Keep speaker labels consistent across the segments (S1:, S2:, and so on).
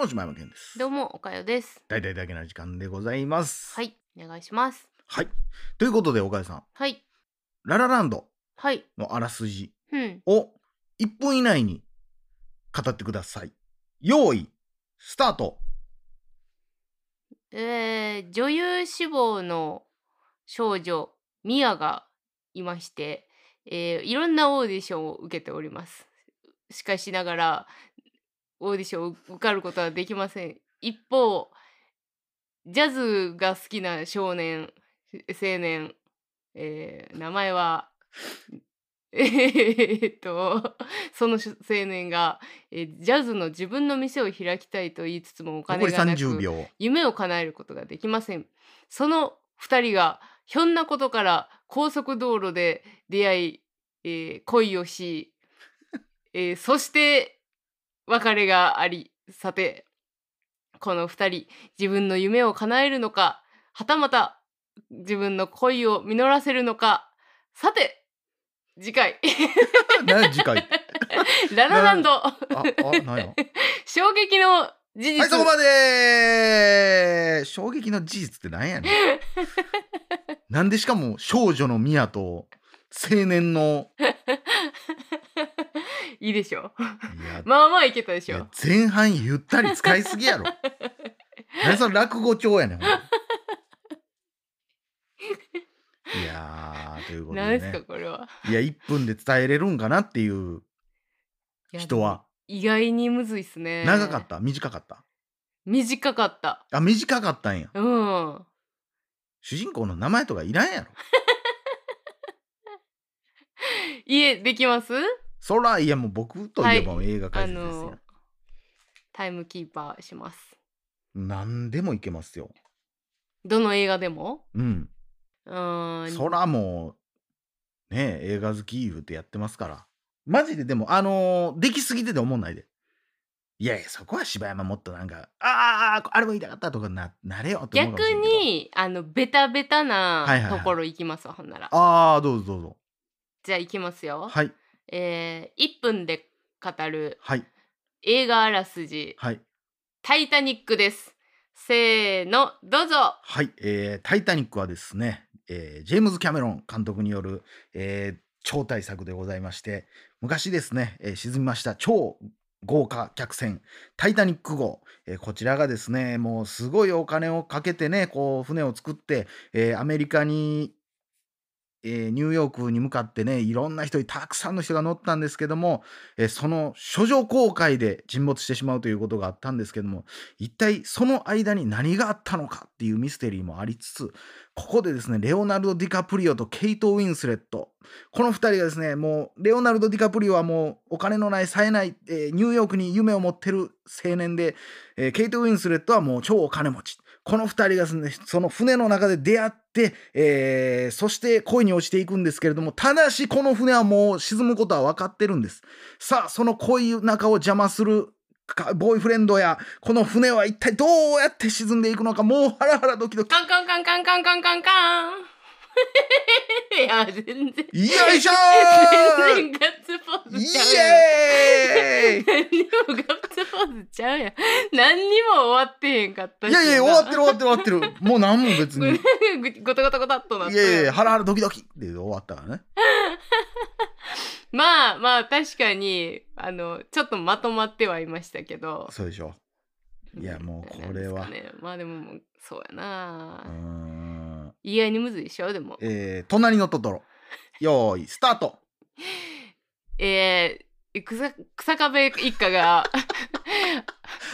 S1: の島山健です。
S2: どうも、おかよです。
S1: 大体だけな時間でございます。。
S2: はいい、お願いします。
S1: はい。ということで、岡井さん、
S2: はい、
S1: ララランド
S2: はい、
S1: のあらすじ
S2: うん、
S1: を1分以内に語ってください。用意、スタート。
S2: えー、女優志望の少女ミアがいまして、えー、いろんなオーディションを受けております。しかしながらオーディションを受かることはできません。一方ジャズが好きな少年青年、えー名前は えーっとその青年が、えージャズの自分の店を開きたいと言いつつもお金
S1: 残り
S2: がなく
S1: 30秒。
S2: 夢を叶えることができませんその2人がひょんなことから高速道路で出会い、えー恋をし、えーそして別れがありさてこの2人自分の夢を叶えるのかはたまた自分の恋を実らせるのかさて次回
S1: 何次回。
S2: ララランド
S1: あ、あ、何や。
S2: 衝撃の事実、
S1: はい、そこまで衝撃の事実ってなんやねん。 なんでしかも少女の宮と青年 の
S2: いいでしょ
S1: いや
S2: まあまあいけたでし
S1: い
S2: ょ
S1: や前半ゆったり使いすぎや ろ。何その落語帳やねん。ほんま いやーということで
S2: 何ですか
S1: ね。
S2: これはい
S1: や1分で伝えれるんかなっていう
S2: いや
S1: 人は
S2: 意外にむずいっすね
S1: 長かった短かった
S2: 短かった
S1: あ短かったんや
S2: うん
S1: 主人公の名前とかいらんやろ
S2: 家できます
S1: そらいやもう僕といえば
S2: は
S1: 映画
S2: あ
S1: 解説ですよ、
S2: のタイムキーパーします
S1: 何でもいけますよ
S2: どの映画でも
S1: うん
S2: うーん
S1: そらもうねえ映画好き言うてやってますからマジででもあのーできすぎてて思んないでいやいやそこは柴山もっとなんかあああれも言いたかったとかななれよって思うか
S2: 逆
S1: もしれんけど
S2: にあのベタベ
S1: は
S2: タ
S1: いはい
S2: な
S1: はい
S2: ところ行きますわ、ほんなら
S1: ああどうぞどうぞ
S2: じゃあ行きますよ、
S1: はい
S2: えー、1分で語る
S1: はい
S2: 映画あらすじ
S1: はい
S2: 「タイタニック」ですせーのどうぞ
S1: はい、えータイタニック」はですね、えージェームズ・キャメロン監督による、えー超大作でございまして昔ですね、えー沈みました超豪華客船「タイタニック号」えーこちらがですねもうすごいお金をかけてねこう船を作って、えーアメリカに、えーニューヨークに向かってねいろんな人にたくさんの人が乗ったんですけども、えーその諸女航海で沈没してしまうということがあったんですけども一体その間に何があったのかっていうミステリーもありつつここでですねレオナルド・ディカプリオとケイト・ウィンスレットこの2人がですねもうレオナルド・ディカプリオはもうお金のない冴えない、えーニューヨークに夢を持ってる青年で、えーケイト・ウィンスレットはもう超お金持ちこの2人がですねその船の中で出会って、えーそして恋に落ちていくんですけれどもただしこの船はもう沈むことは分かってるんですさあその恋仲を邪魔するかボーイフレンドやこの船は一体どうやって沈んでいくのかもうハラハラドキドキ
S2: カンカンカンカンカンカンカンカン いや全然
S1: よいしょ
S2: 全然ガッツポー
S1: ー
S2: ズちゃ
S1: イ
S2: うやん。
S1: エー
S2: 何にもガッツポーズちゃうやん。何にも終わってへんかった
S1: イ
S2: し
S1: い
S2: な
S1: やいや終わって る終わってる終わってるもう何も別にい
S2: ぐごたごたごたっとなっ
S1: や
S2: て。
S1: いやいやハラハラドキドキって終わったからね
S2: まあまあ確かにあのちょっとまとまってはいましたけど。
S1: そうでしょいやもうこれは
S2: なんですかねまあでももうそうやな
S1: うー。ん
S2: 意外にむずいでしょでも。
S1: えー、隣のトトロよーいスタート
S2: えー、草草壁一家が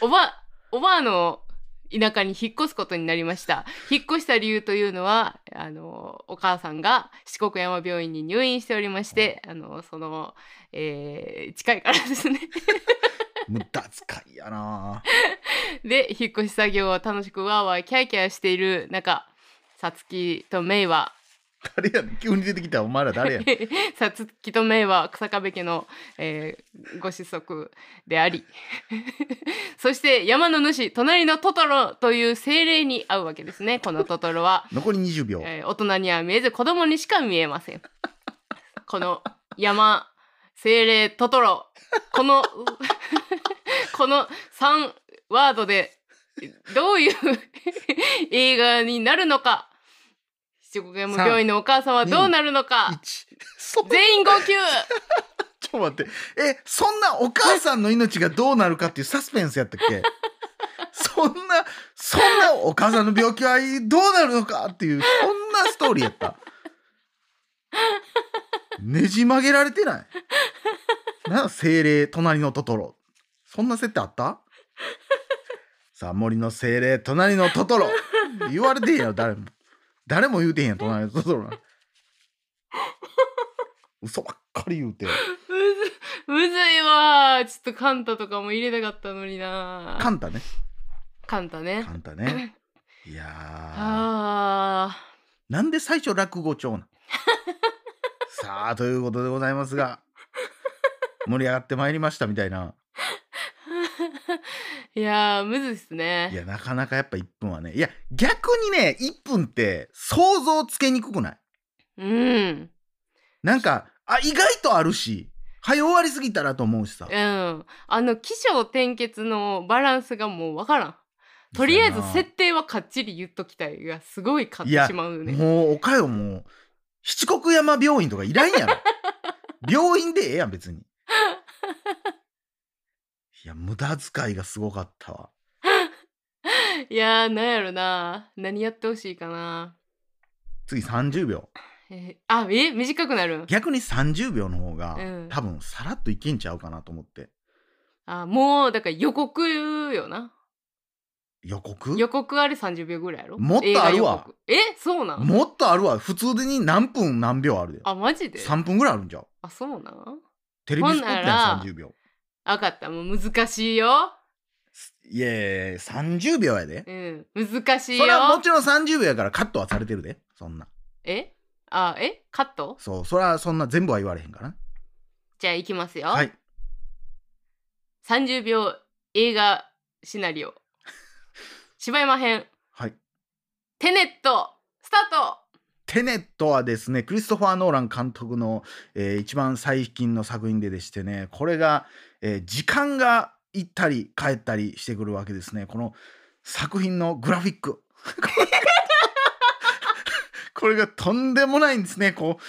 S2: おばおばあの田舎に引っ越すことになりました引っ越した理由というのはあのお母さんが四国山病院に入院しておりましてあのその、えー近いからですね
S1: 無駄遣いやな
S2: で引っ越し作業を楽しくわーわーキャーキャーしている中さつきとめいは
S1: 誰やねん急に出てきたお前ら誰やねん
S2: さつきとめいは草壁家の、えーご子息であり そして山の主隣のトトロという精霊に会うわけですねこのトトロは、
S1: 残り20秒
S2: えー大人には見えず子供にしか見えませんこの山 精霊トトロこのこの3ワードでどういう映画になるのか七五軒も病院のお母さんはどうなるのか
S1: 一そんな
S2: 全員号泣
S1: ちょっと待ってえそんなお母さんの命がどうなるかっていうサスペンスやったっけそんなそんなお母さんの病気はどうなるのかっていうそんなストーリーやったねじ曲げられてないな精霊隣のトトロそんな設定あったさあ森の精霊隣のトトロ言われてへんやろ誰も誰も言うてへんやん隣のトトロなんて嘘ばっかり言うて。
S2: むずむずいわーちょっとカンタとかも入れたかったのにな
S1: カン タね。
S2: カンタね
S1: カンタね。いやー
S2: あ
S1: なんで最初落語帳 なんさあということでございますが盛り上がってまいりましたみたいな。
S2: ーいやーむずいっす
S1: い
S2: ね
S1: やなかなかやっぱ1分はねいや逆にね1分って想像つけにくくない
S2: うん
S1: なんかあ意外とあるし早終わりすぎたらと思うしさ
S2: う。んあの起承転結のバランスがもうわからんとりあえず設定はかっちり言っときたいがすごい買ってしまうね
S1: もうおかよもう七国山病院とかいらん やろ病院でええやん別にいや無駄遣いがすごかったわ
S2: いやーなんやろな何やってほしいかな
S1: 次30秒
S2: えーあえ短くなるん
S1: 逆に30秒の方が、
S2: うん
S1: 多分さらっといけんちゃうかなと思って
S2: あもうだから予告よな
S1: 予告
S2: 予告あれ30秒ぐらいやろ
S1: もっとあるわ
S2: 映画予告えそうなん
S1: もっとあるわ普通に何分何秒あるで
S2: あマジで
S1: 3分ぐらいあるんじゃう
S2: あそうなん
S1: テレビスポット
S2: ほんな
S1: やん
S2: ら
S1: 30秒
S2: あわかったもう難しいよ
S1: いやいやいや30秒やで
S2: うん難しいよ
S1: それはもちろん30秒やからカットはされてるでそんな
S2: えあえカット
S1: そうそれはそんな全部は言われへんからな
S2: じゃあいきますよ、
S1: はい
S2: 30秒映画シナリオ 柴山編
S1: はい
S2: テネットスター
S1: テネットはですねクリストファー・ノーラン監督の、えー一番最近の作品ででしてねこれが、えー時間が行ったり帰ったりしてくるわけですねこの作品のグラフィック これがとんでもないんですねこう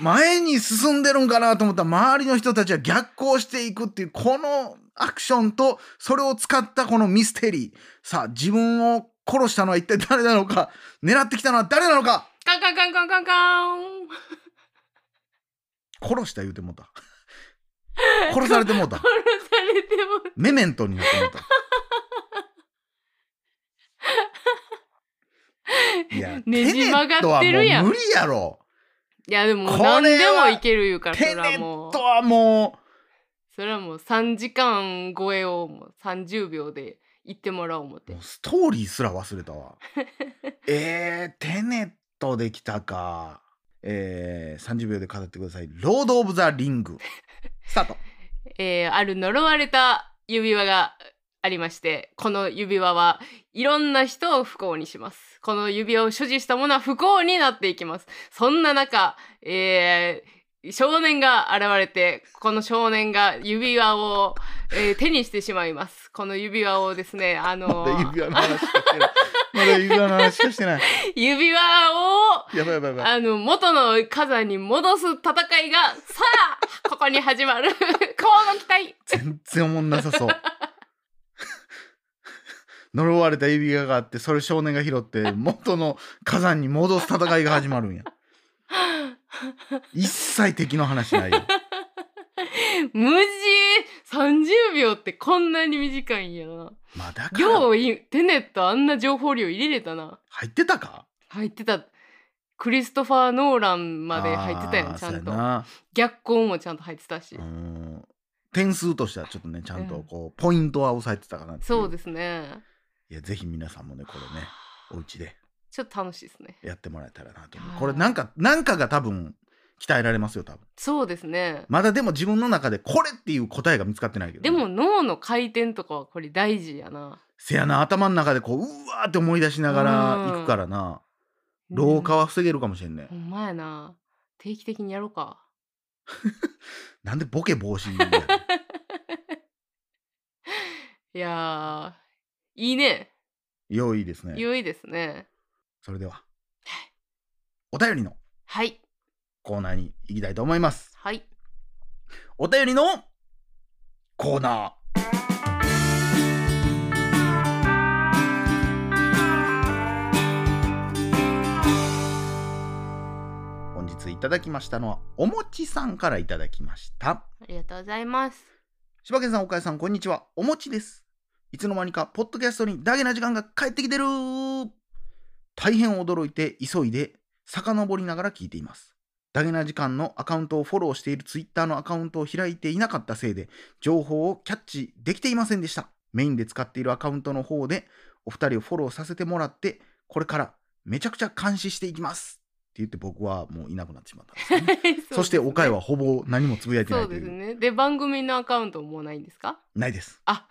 S1: 前に進んでるんかなと思ったら周りの人たちは逆行していくっていうこのアクションとそれを使ったこのミステリーさあ自分を殺したのは一体誰なのか狙ってきたのは誰なのか
S2: トカンカンカンカンカンカン
S1: 殺した言うてもうた殺されてもうた
S2: 殺されても
S1: メメントになってもう たいや
S2: ねじ曲がってるやん
S1: テネットはもう無理やろ
S2: いやでも
S1: これは
S2: 何でもいける言うからそ
S1: テ
S2: れ
S1: ネ
S2: はも
S1: ッ
S2: う
S1: トはも
S2: それはもう3時間超えをもう30秒で言ってもらおう思っ
S1: う
S2: て
S1: もうストーリーすら忘れた わえー、テネットできたかえー、30秒で語ってください「ロード・オブ・ザ・リング」 スタート
S2: えーある呪われた指輪がありましてこの指輪はいろんな人を不幸にしますこの指輪を所持した者は不幸になっていきますそんな中、えー少年が現れてこの少年が指輪を、えー手にしてしまいますこの指輪をですねあ
S1: ま
S2: の
S1: だ指輪の話しかしてないまだ指輪の話しかしてない
S2: 指輪を
S1: やばいやばいやばい
S2: あの元の火山に戻す戦いがさあここに始まる こうご期待
S1: 全然おもんなさそう 呪われた指輪があってそれ少年が拾って元の火山に戻す戦いが始ま るんや一切敵の話ないよ
S2: 無事30秒ってこんなに短いんやな
S1: まあだから
S2: よういテネットあんな情報量入れれたな
S1: 入ってたか
S2: 入ってたクリストファー・ノーランまで入ってたや
S1: あー
S2: んち
S1: そ
S2: ゃん
S1: うや
S2: と
S1: な
S2: 逆光もちゃんと入ってたし、
S1: うん点数としてはちょっとねちゃんとこうポイントは抑えてたかなってい
S2: そうですすね
S1: いやぜひ皆さんもねこれねお家で
S2: ちょっと楽しいですね
S1: やってもらえたらなと思
S2: は
S1: う
S2: い
S1: これなんかなんかが多分鍛えられますよ多分
S2: そうですね
S1: まだでも自分の中でこれっていう答えが見つかってないけどね、
S2: でも脳の回転とかはこれ大事やな
S1: せやな頭の中でこううわーって思い出しながら行くからな、老化は防げるかもしれんね、
S2: ほんまやな。定期的にやろうか。
S1: なんでボケ防止に言うんだよ
S2: えいやーいいね
S1: 良いですね。
S2: 良いですね
S1: それでは、お便りの
S2: はい
S1: コーナーに行きたいと思います。
S2: はい
S1: お便りのコーナー。本日いただきましたのはおもちさんからいただきました。
S2: ありがとうございます
S1: 柴犬さん、岡井さん、こんにちは。おもちです。いつの間にか、ポッドキャストにダゲな時間が帰ってきてる大変驚いて、急いで、遡りながら聞いています。ダゲな時間のアカウントをフォローしているツイッターのアカウントを開いていなかったせいで、情報をキャッチできていませんでした。メインで使っているアカウントの方で、お二人をフォローさせてもらって、これからめちゃくちゃ監視していきます。って言って僕はもういなくなってしまったんですよね。 そして岡井はほぼ何もつぶやいてな
S2: そ
S1: いうとい
S2: です
S1: う。
S2: ねで番組のアカウントもないんですか
S1: ないです。
S2: あ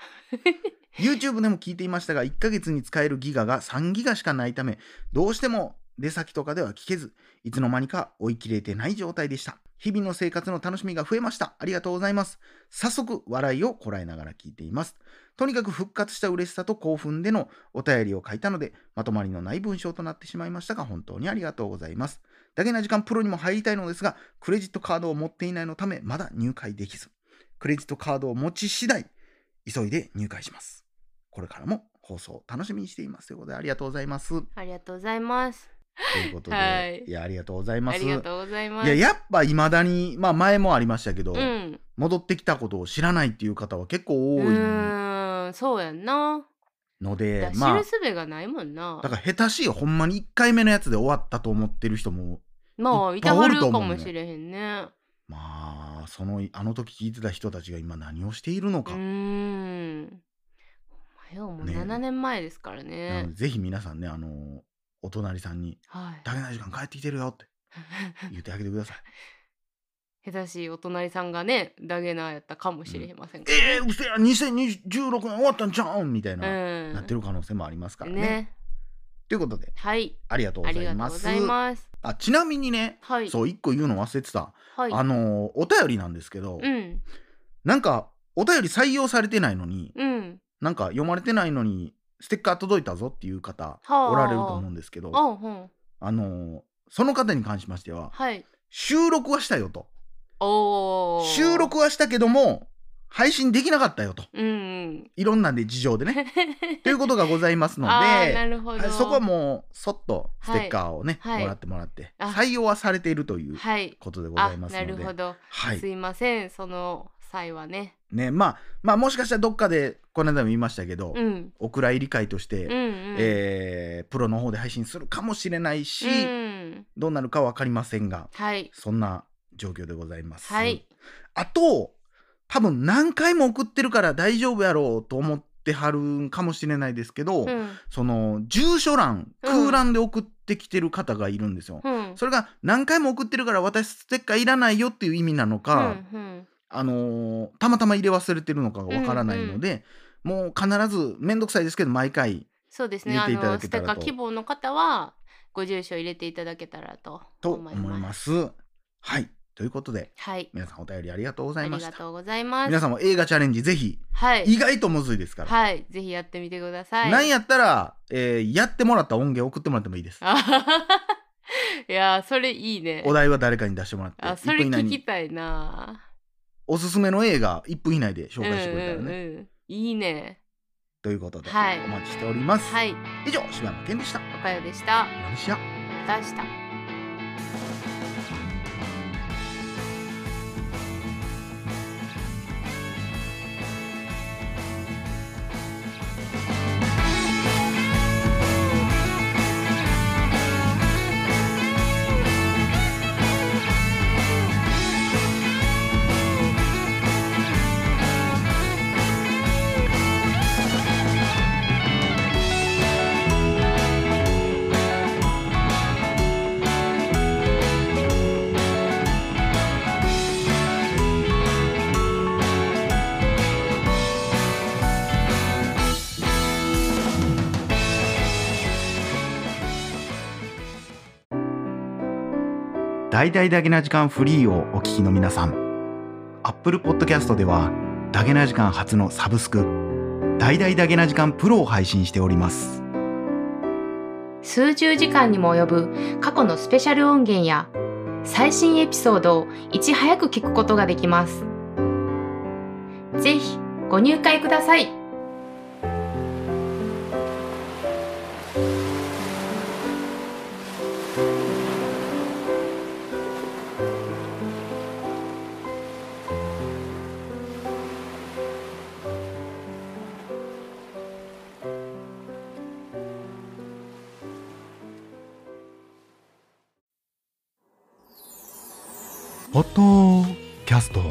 S1: YouTube でも聞いていましたが1ヶ月に使えるギガが3ギガしかないためどうしても出先とかでは聞けずいつの間にか追い切れてない状態でした日々の生活の楽しみが増えましたありがとうございます早速笑いをこらえながら聞いていますとにかく復活した嬉しさと興奮でのお便りを書いたのでまとまりのない文章となってしまいましたが本当にありがとうございますだけな時間プロにも入りたいのですがクレジットカードを持っていないのためまだ入会できずクレジットカードを持ち次第急いで入会しますこれからも放送楽しみにしていますということでありがとうございます。と
S2: ありがとうございます
S1: いうことで、
S2: はい
S1: やありがとうございま
S2: あ
S1: す。
S2: りがとうございま
S1: い
S2: す
S1: ややっぱいまだに、まあ、前もありましたけど、
S2: うん
S1: 戻ってきたことを知らないっていう方は結構
S2: う
S1: 多い
S2: ーんそうやんな、
S1: ので
S2: だ
S1: ま
S2: 知
S1: あ
S2: るすべがないもんな
S1: だから下手しいほんまに1回目のやつで終わったと思ってる人も
S2: まあ
S1: いっ
S2: い
S1: ぱい
S2: た
S1: お
S2: は
S1: る
S2: る
S1: と
S2: か
S1: 思うね
S2: もしれへんね
S1: まあそのあの時聞いてた人たちが今何をしているの
S2: う
S1: か、
S2: ーんほんまよもう
S1: ね
S2: 7年前ですか
S1: な
S2: らね
S1: のでぜひ皆さんねあのお隣さんに
S2: は
S1: 「だけな時間帰ってきてるよ」って
S2: い
S1: 言ってあげてください。
S2: 下手しいお隣さんがねダゲなやったかもしれませんから
S1: ええー、うせや2016年終わったんじゃうんみたいな、
S2: うん
S1: なってる可能性もありますからね。
S2: ね
S1: ということで
S2: はい
S1: ありがとうご
S2: あ
S1: ざ
S2: り
S1: い
S2: がとう
S1: ま
S2: ご
S1: す。
S2: ざいます
S1: あちなみにね、
S2: はい
S1: そう一個言うの忘れてた、
S2: はい
S1: あのーお便りなんですけど、
S2: うん
S1: なんかお便り採用されてないのに、
S2: うん
S1: なんか読まれてないのにステッカー届いたぞっていう方
S2: はあ
S1: おられると思うんですけど、
S2: あほん
S1: あのーその方に関しましては
S2: はい
S1: 収録はしたよと
S2: おー
S1: 収録はしたけども配信できなかったよと
S2: うんうん
S1: いろんなで事情で ねということがございますので。
S2: あーなるほど
S1: はいそこはもうそっとステッカーをね、
S2: はいはい
S1: もらってもらって
S2: あ
S1: 採用はされているという
S2: はい
S1: ことでござ
S2: あ
S1: います
S2: な
S1: ので
S2: るほど
S1: はい
S2: すいませんその際はね
S1: ねまあまあもしかしたらどっかでこの間も言いましたけど、
S2: うん
S1: お蔵入り会として、
S2: うんうん
S1: えープロの方で配信するかもしれないし、
S2: うん
S1: どうなるか分かりませんが
S2: はい
S1: そんな状況でございます。
S2: はい
S1: あと多分何回も送ってるから大丈夫やろうと思ってはるんかもしれないですけど、
S2: うん
S1: その住所欄空欄で送ってきてる方がいるんですよ。
S2: うん
S1: それが何回も送ってるから私ステッカーいらないよっていう意味なのか、
S2: うん
S1: あのーたまたま入れ忘れてるのかがわからないので、もう必ず面倒くさいですけど毎回
S2: そうですね。あ
S1: 入れていただ
S2: の
S1: け
S2: ス
S1: た
S2: テ
S1: ら
S2: ッ
S1: と
S2: カー希望の方はご住所入れていただけたらと
S1: と
S2: 思
S1: 思
S2: い
S1: い
S2: ます。
S1: ます。はいということで
S2: はい。
S1: 皆さんお便りありがとうござ
S2: あ
S1: いま
S2: り
S1: し
S2: が
S1: た。
S2: とうございます。
S1: 皆さんも映画チャレンジぜひ
S2: はい
S1: 意外とむずいですから、
S2: はいぜひやってみてください。
S1: なんやったら、えーやってもらった音源送ってもらってもいいです。
S2: あはは はいやーそれいいね
S1: お。題は誰かに出してもらって
S2: あ
S1: 1
S2: それ
S1: 分以内
S2: 聞き
S1: に
S2: たいな。
S1: おすすめの映画1分以内で紹介してくれたらね、
S2: うんうんうん。いいね。
S1: ということで、
S2: はい
S1: お待ちしております。
S2: はい
S1: 以上柴山健でした。
S2: おかよでした。
S1: よろしや
S2: また明日。
S1: 大々だけな時間フリーをお聞きの皆さん Apple Podcast ではだけな時間初のサブスク大々だけな時間プロを配信しております
S2: 数十時間にも及ぶ過去のスペシャル音源や最新エピソードをいち早く聞くことができます。ぜひご入会ください。
S1: ポッドキャスト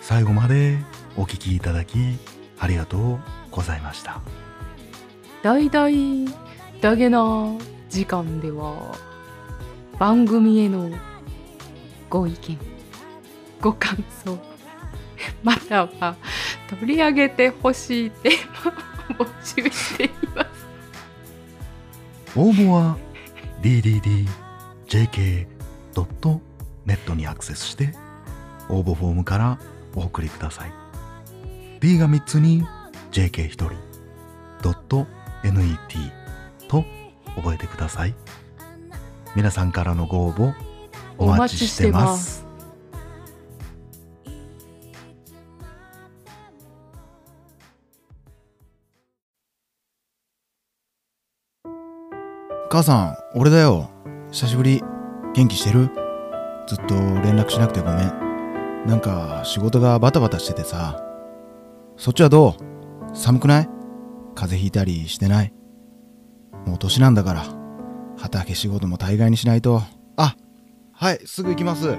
S1: 最後までお聞きいただきありがとうございました
S2: 大々だげな時間では番組へのご意見ご感想 または取り上げてほしいテーマを募集しています
S1: 応募は dddjk.net にアクセスして応募フォームからお送りください D が3つに JK1 人 .net と覚えてください皆さんからのご応募お待ちして
S2: お待
S1: ま
S2: ちしてます
S3: 母さん俺だよ久しぶり元気してるずっと連絡しなくてごめんなんか仕事がバタバタしててさそっちはどう寒くない風邪ひいたりしてないもう年なんだから畑仕事も大概にしないとあはいすぐ行きます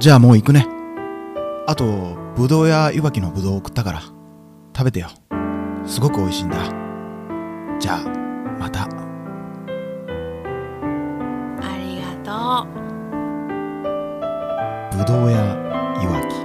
S3: じゃあもう行くねあとぶどうやいわきのぶどうを送ったから食べてよすごく美味しいんだじゃあまた。
S4: ありがとう。
S3: ぶどうやいわき